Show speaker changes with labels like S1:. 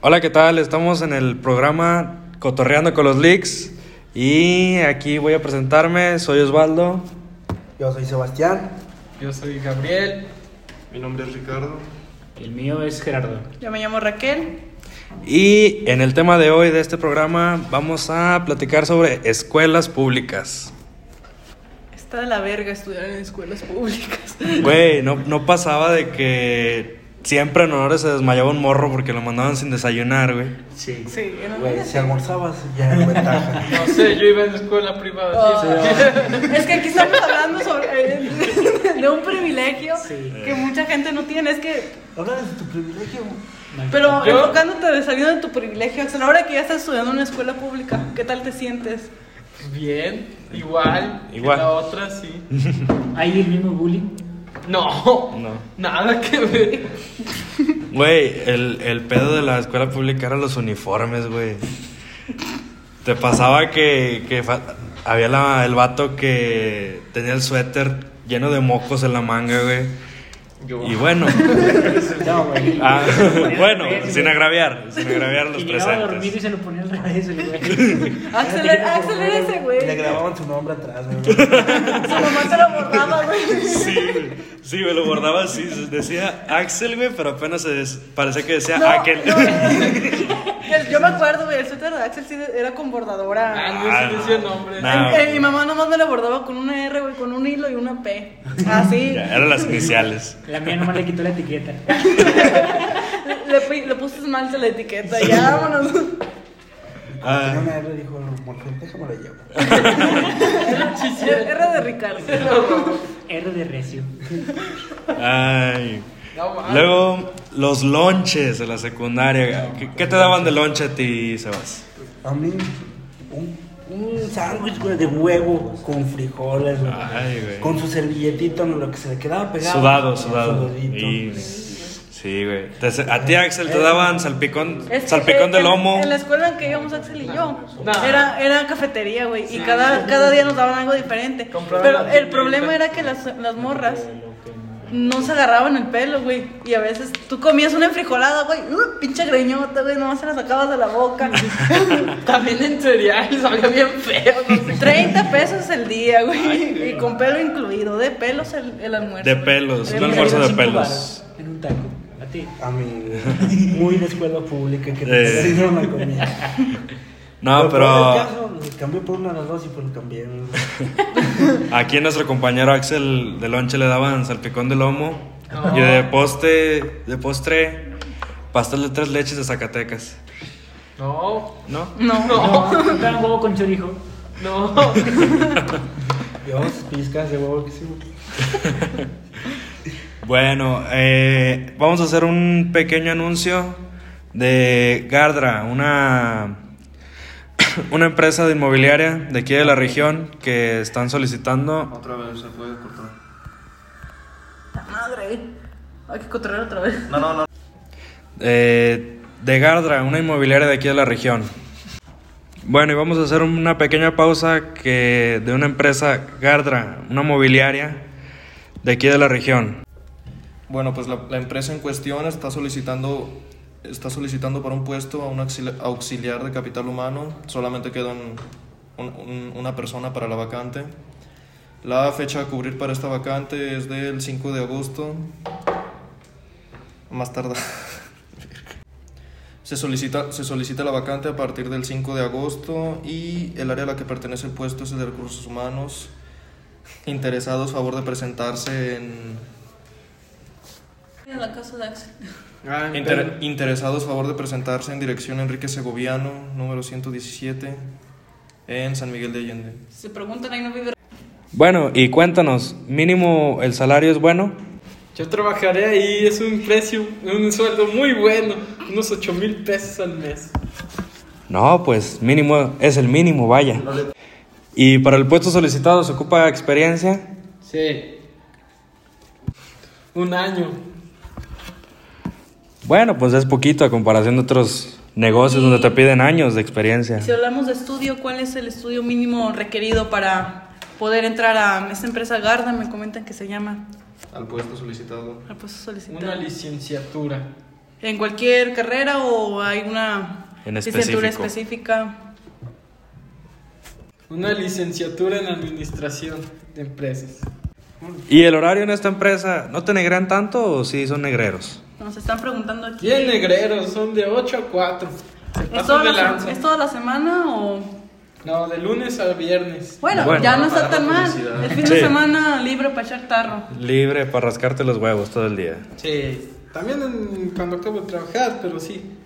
S1: Hola, ¿qué tal? Estamos en el programa Cotorreando con los Leaks y aquí voy a presentarme, soy Osvaldo.
S2: Yo soy Sebastián.
S3: Yo soy Gabriel.
S4: Mi nombre es Ricardo.
S5: El mío es Gerardo.
S6: Yo me llamo Raquel.
S1: Y en el tema de hoy de este programa vamos a platicar sobre escuelas públicas.
S6: Está de la verga estudiar en escuelas públicas.
S1: Güey, no, no pasaba de que siempre en honores se desmayaba un morro porque lo mandaban sin desayunar, güey.
S5: Sí.
S6: Sí, era
S2: Güey, si almorzabas, ya era ventaja.
S3: No sé, yo iba en escuela privada. sí,
S6: Es que aquí estamos hablando sobre, eh, de un privilegio que mucha gente no tiene. Es que,
S2: Habla de tu privilegio.
S6: pero
S3: Yo-
S6: enfocándote de saliendo de tu privilegio, Axel, ahora que ya estás estudiando en una escuela pública, ¿qué tal te sientes?
S3: Pues Bien, igual. que
S1: Igual.
S3: La otra sí.
S5: ¿Hay el mismo bullying?
S3: No,
S1: No.
S3: nada que ver.
S1: Güey, el, el pedo de la escuela pública eran los uniformes, güey. Te pasaba que, que fa- había la- el vato que tenía el suéter lleno de mocos en la manga, güey.
S3: Yo.
S1: Y bueno,
S5: No, güey.
S1: ah, bueno,
S5: Sí,
S1: sin
S5: güey.
S1: agraviar, sin agraviar a los
S5: Y llegaba a dormir y
S1: presentes.
S5: se lo ponía al revés el güey.
S6: Axel, Axel era ese
S2: Le
S6: güey.
S2: grababan su nombre atrás, güey.
S6: Su mamá se lo borraba, güey.
S1: Sí, güey. Sí, me lo guardaba así. Decía Axel, güey, pero apenas se des- parecía Ah, que decía
S6: No,
S1: aquel.
S6: no, el- yo me acuerdo, güey, el suéter de Axel sí era con bordadora.
S3: Ah, no
S1: Ah,
S3: se decía nombre.
S1: no. Ah,
S6: Eh, eh,
S1: ok.
S6: mi mamá nomás me la bordaba con una R, güey, con un hilo y una P. Así.
S1: Ya, eran las iniciales.
S5: La mía nomás le quitó la etiqueta.
S6: le, pi- le puse esmalte a la etiqueta. Ya, vámonos.
S2: Tenía
S1: Ah,
S2: una R, dijo, Morfín, déjame la llevo.
S6: R de Ricardo.
S5: R de recio.
S1: ay.
S3: No, mames.
S1: Luego, los lonches de la secundaria. ¿Qué, qué te daban de lonche a ti, Sebas?
S2: A mí, un, un sándwich, güey, de huevo con frijoles, güey.
S1: Ay, güey.
S2: Con su servilletito, lo que se le quedaba pegado.
S1: Sudado, sudado.
S2: Sudadito.
S1: Y- sí, güey. Te- A ti, Axel, te daban salpicón,
S6: Eh. Es que
S1: salpicón de
S6: en-
S1: lomo.
S6: En, la escuela en que íbamos Axel y yo,
S3: No.
S6: era, era cafetería, güey. Y cada, cada día nos daban algo diferente.
S3: Compraban
S6: Pero
S3: la
S6: el
S3: tiendita.
S6: problema era que las, las morras no se agarraban el pelo, güey. Y a veces tú comías una enfrijolada, güey. ¡uh! pinche greñota, güey. Nomás se la sacabas de la boca.
S3: También en cereal, sabía bien feo. no sé.
S6: 30 pesos el día, güey. Y con pelo incluido. De pelos el, el almuerzo.
S1: De pelos,
S6: De
S1: un almuerzo de
S5: Cinco
S1: pelos.
S5: varos En un taco. A ti.
S2: A mí, muy de escuela pública que te
S1: Eh.
S2: sirvieron la comida.
S1: No,
S2: por el
S1: pero
S2: caso, los cambié por una de las dos y pues lo cambié. güey.
S1: aquí nuestro compañero Axel de lonche le daban salpicón de lomo.
S3: No.
S1: Y de poste, de postre, pastel de tres leches de Zacatecas.
S3: No,
S1: ¿No?
S6: No.
S5: No, nunca un huevo con chorizo.
S3: no.
S2: Llevamos pizcas de huevo que sí. güey.
S1: Bueno, eh, vamos a hacer un pequeño anuncio de Gardra, una, una empresa de inmobiliaria de aquí de la región que están solicitando.
S4: Otra vez se puede cortar.
S6: Puta Madre, güey. Hay que controlar otra vez.
S4: No, no, no.
S1: eh, de Gardra, una inmobiliaria de aquí de la región. Bueno, y vamos a hacer una pequeña pausa que, de una empresa Gardra, una mobiliaria de aquí de la región.
S4: Bueno, pues la, la empresa en cuestión está solicitando, está solicitando para un puesto a un auxili- auxiliar de capital humano. Solamente queda un- un- un- una persona para la vacante. La fecha a cubrir para esta vacante es del 5 de agosto. Más tardar. Se solicita, se solicita la vacante a partir del 5 de agosto y el área a la que pertenece el puesto es el de recursos humanos. Interesados, favor de presentarse en
S6: En la casa de Axel.
S3: Ah, en
S4: Inter- interesados, favor de presentarse en dirección Enrique Segoviano, número 117, en San Miguel de Allende.
S6: Se preguntan, ahí no vive.
S1: Bueno, y cuéntanos, mínimo el salario es bueno.
S3: Yo trabajaré ahí, es un precio, un sueldo muy bueno, unos 8 mil pesos al mes.
S1: No, pues mínimo es el mínimo, vaya. Y para el puesto solicitado se ocupa experiencia.
S3: Sí. Un año.
S1: Bueno, pues es poquito a comparación de otros negocios donde te piden años de experiencia.
S6: Si hablamos de estudio, ¿cuál es el estudio mínimo requerido para poder entrar a esta empresa Garda, me comentan que se llama,
S4: al puesto solicitado.
S6: al puesto solicitado.
S3: Una licenciatura.
S6: en cualquier carrera o hay una
S1: En
S6: licenciatura
S1: específico.
S6: específica.
S3: Una licenciatura en administración de empresas.
S1: ¿Y el horario en esta empresa? ¿No te negrean tanto o sí son negreros?
S6: Nos están preguntando aquí.
S3: Bien negreros, son de 8 a 4. Se
S6: ¿Es
S3: pasan
S6: toda,
S3: de
S6: la,
S3: lanza.
S6: se- es toda la semana o...?
S3: No, de lunes a viernes.
S6: Bueno,
S1: Bueno,
S6: ya no
S4: para
S6: está tan
S4: la
S6: mal.
S4: publicidad.
S6: El fin
S1: Sí.
S6: de semana libre para echar tarro.
S1: Libre para rascarte los huevos todo el día.
S3: Sí. También en- cuando acabo de trabajar, pero sí.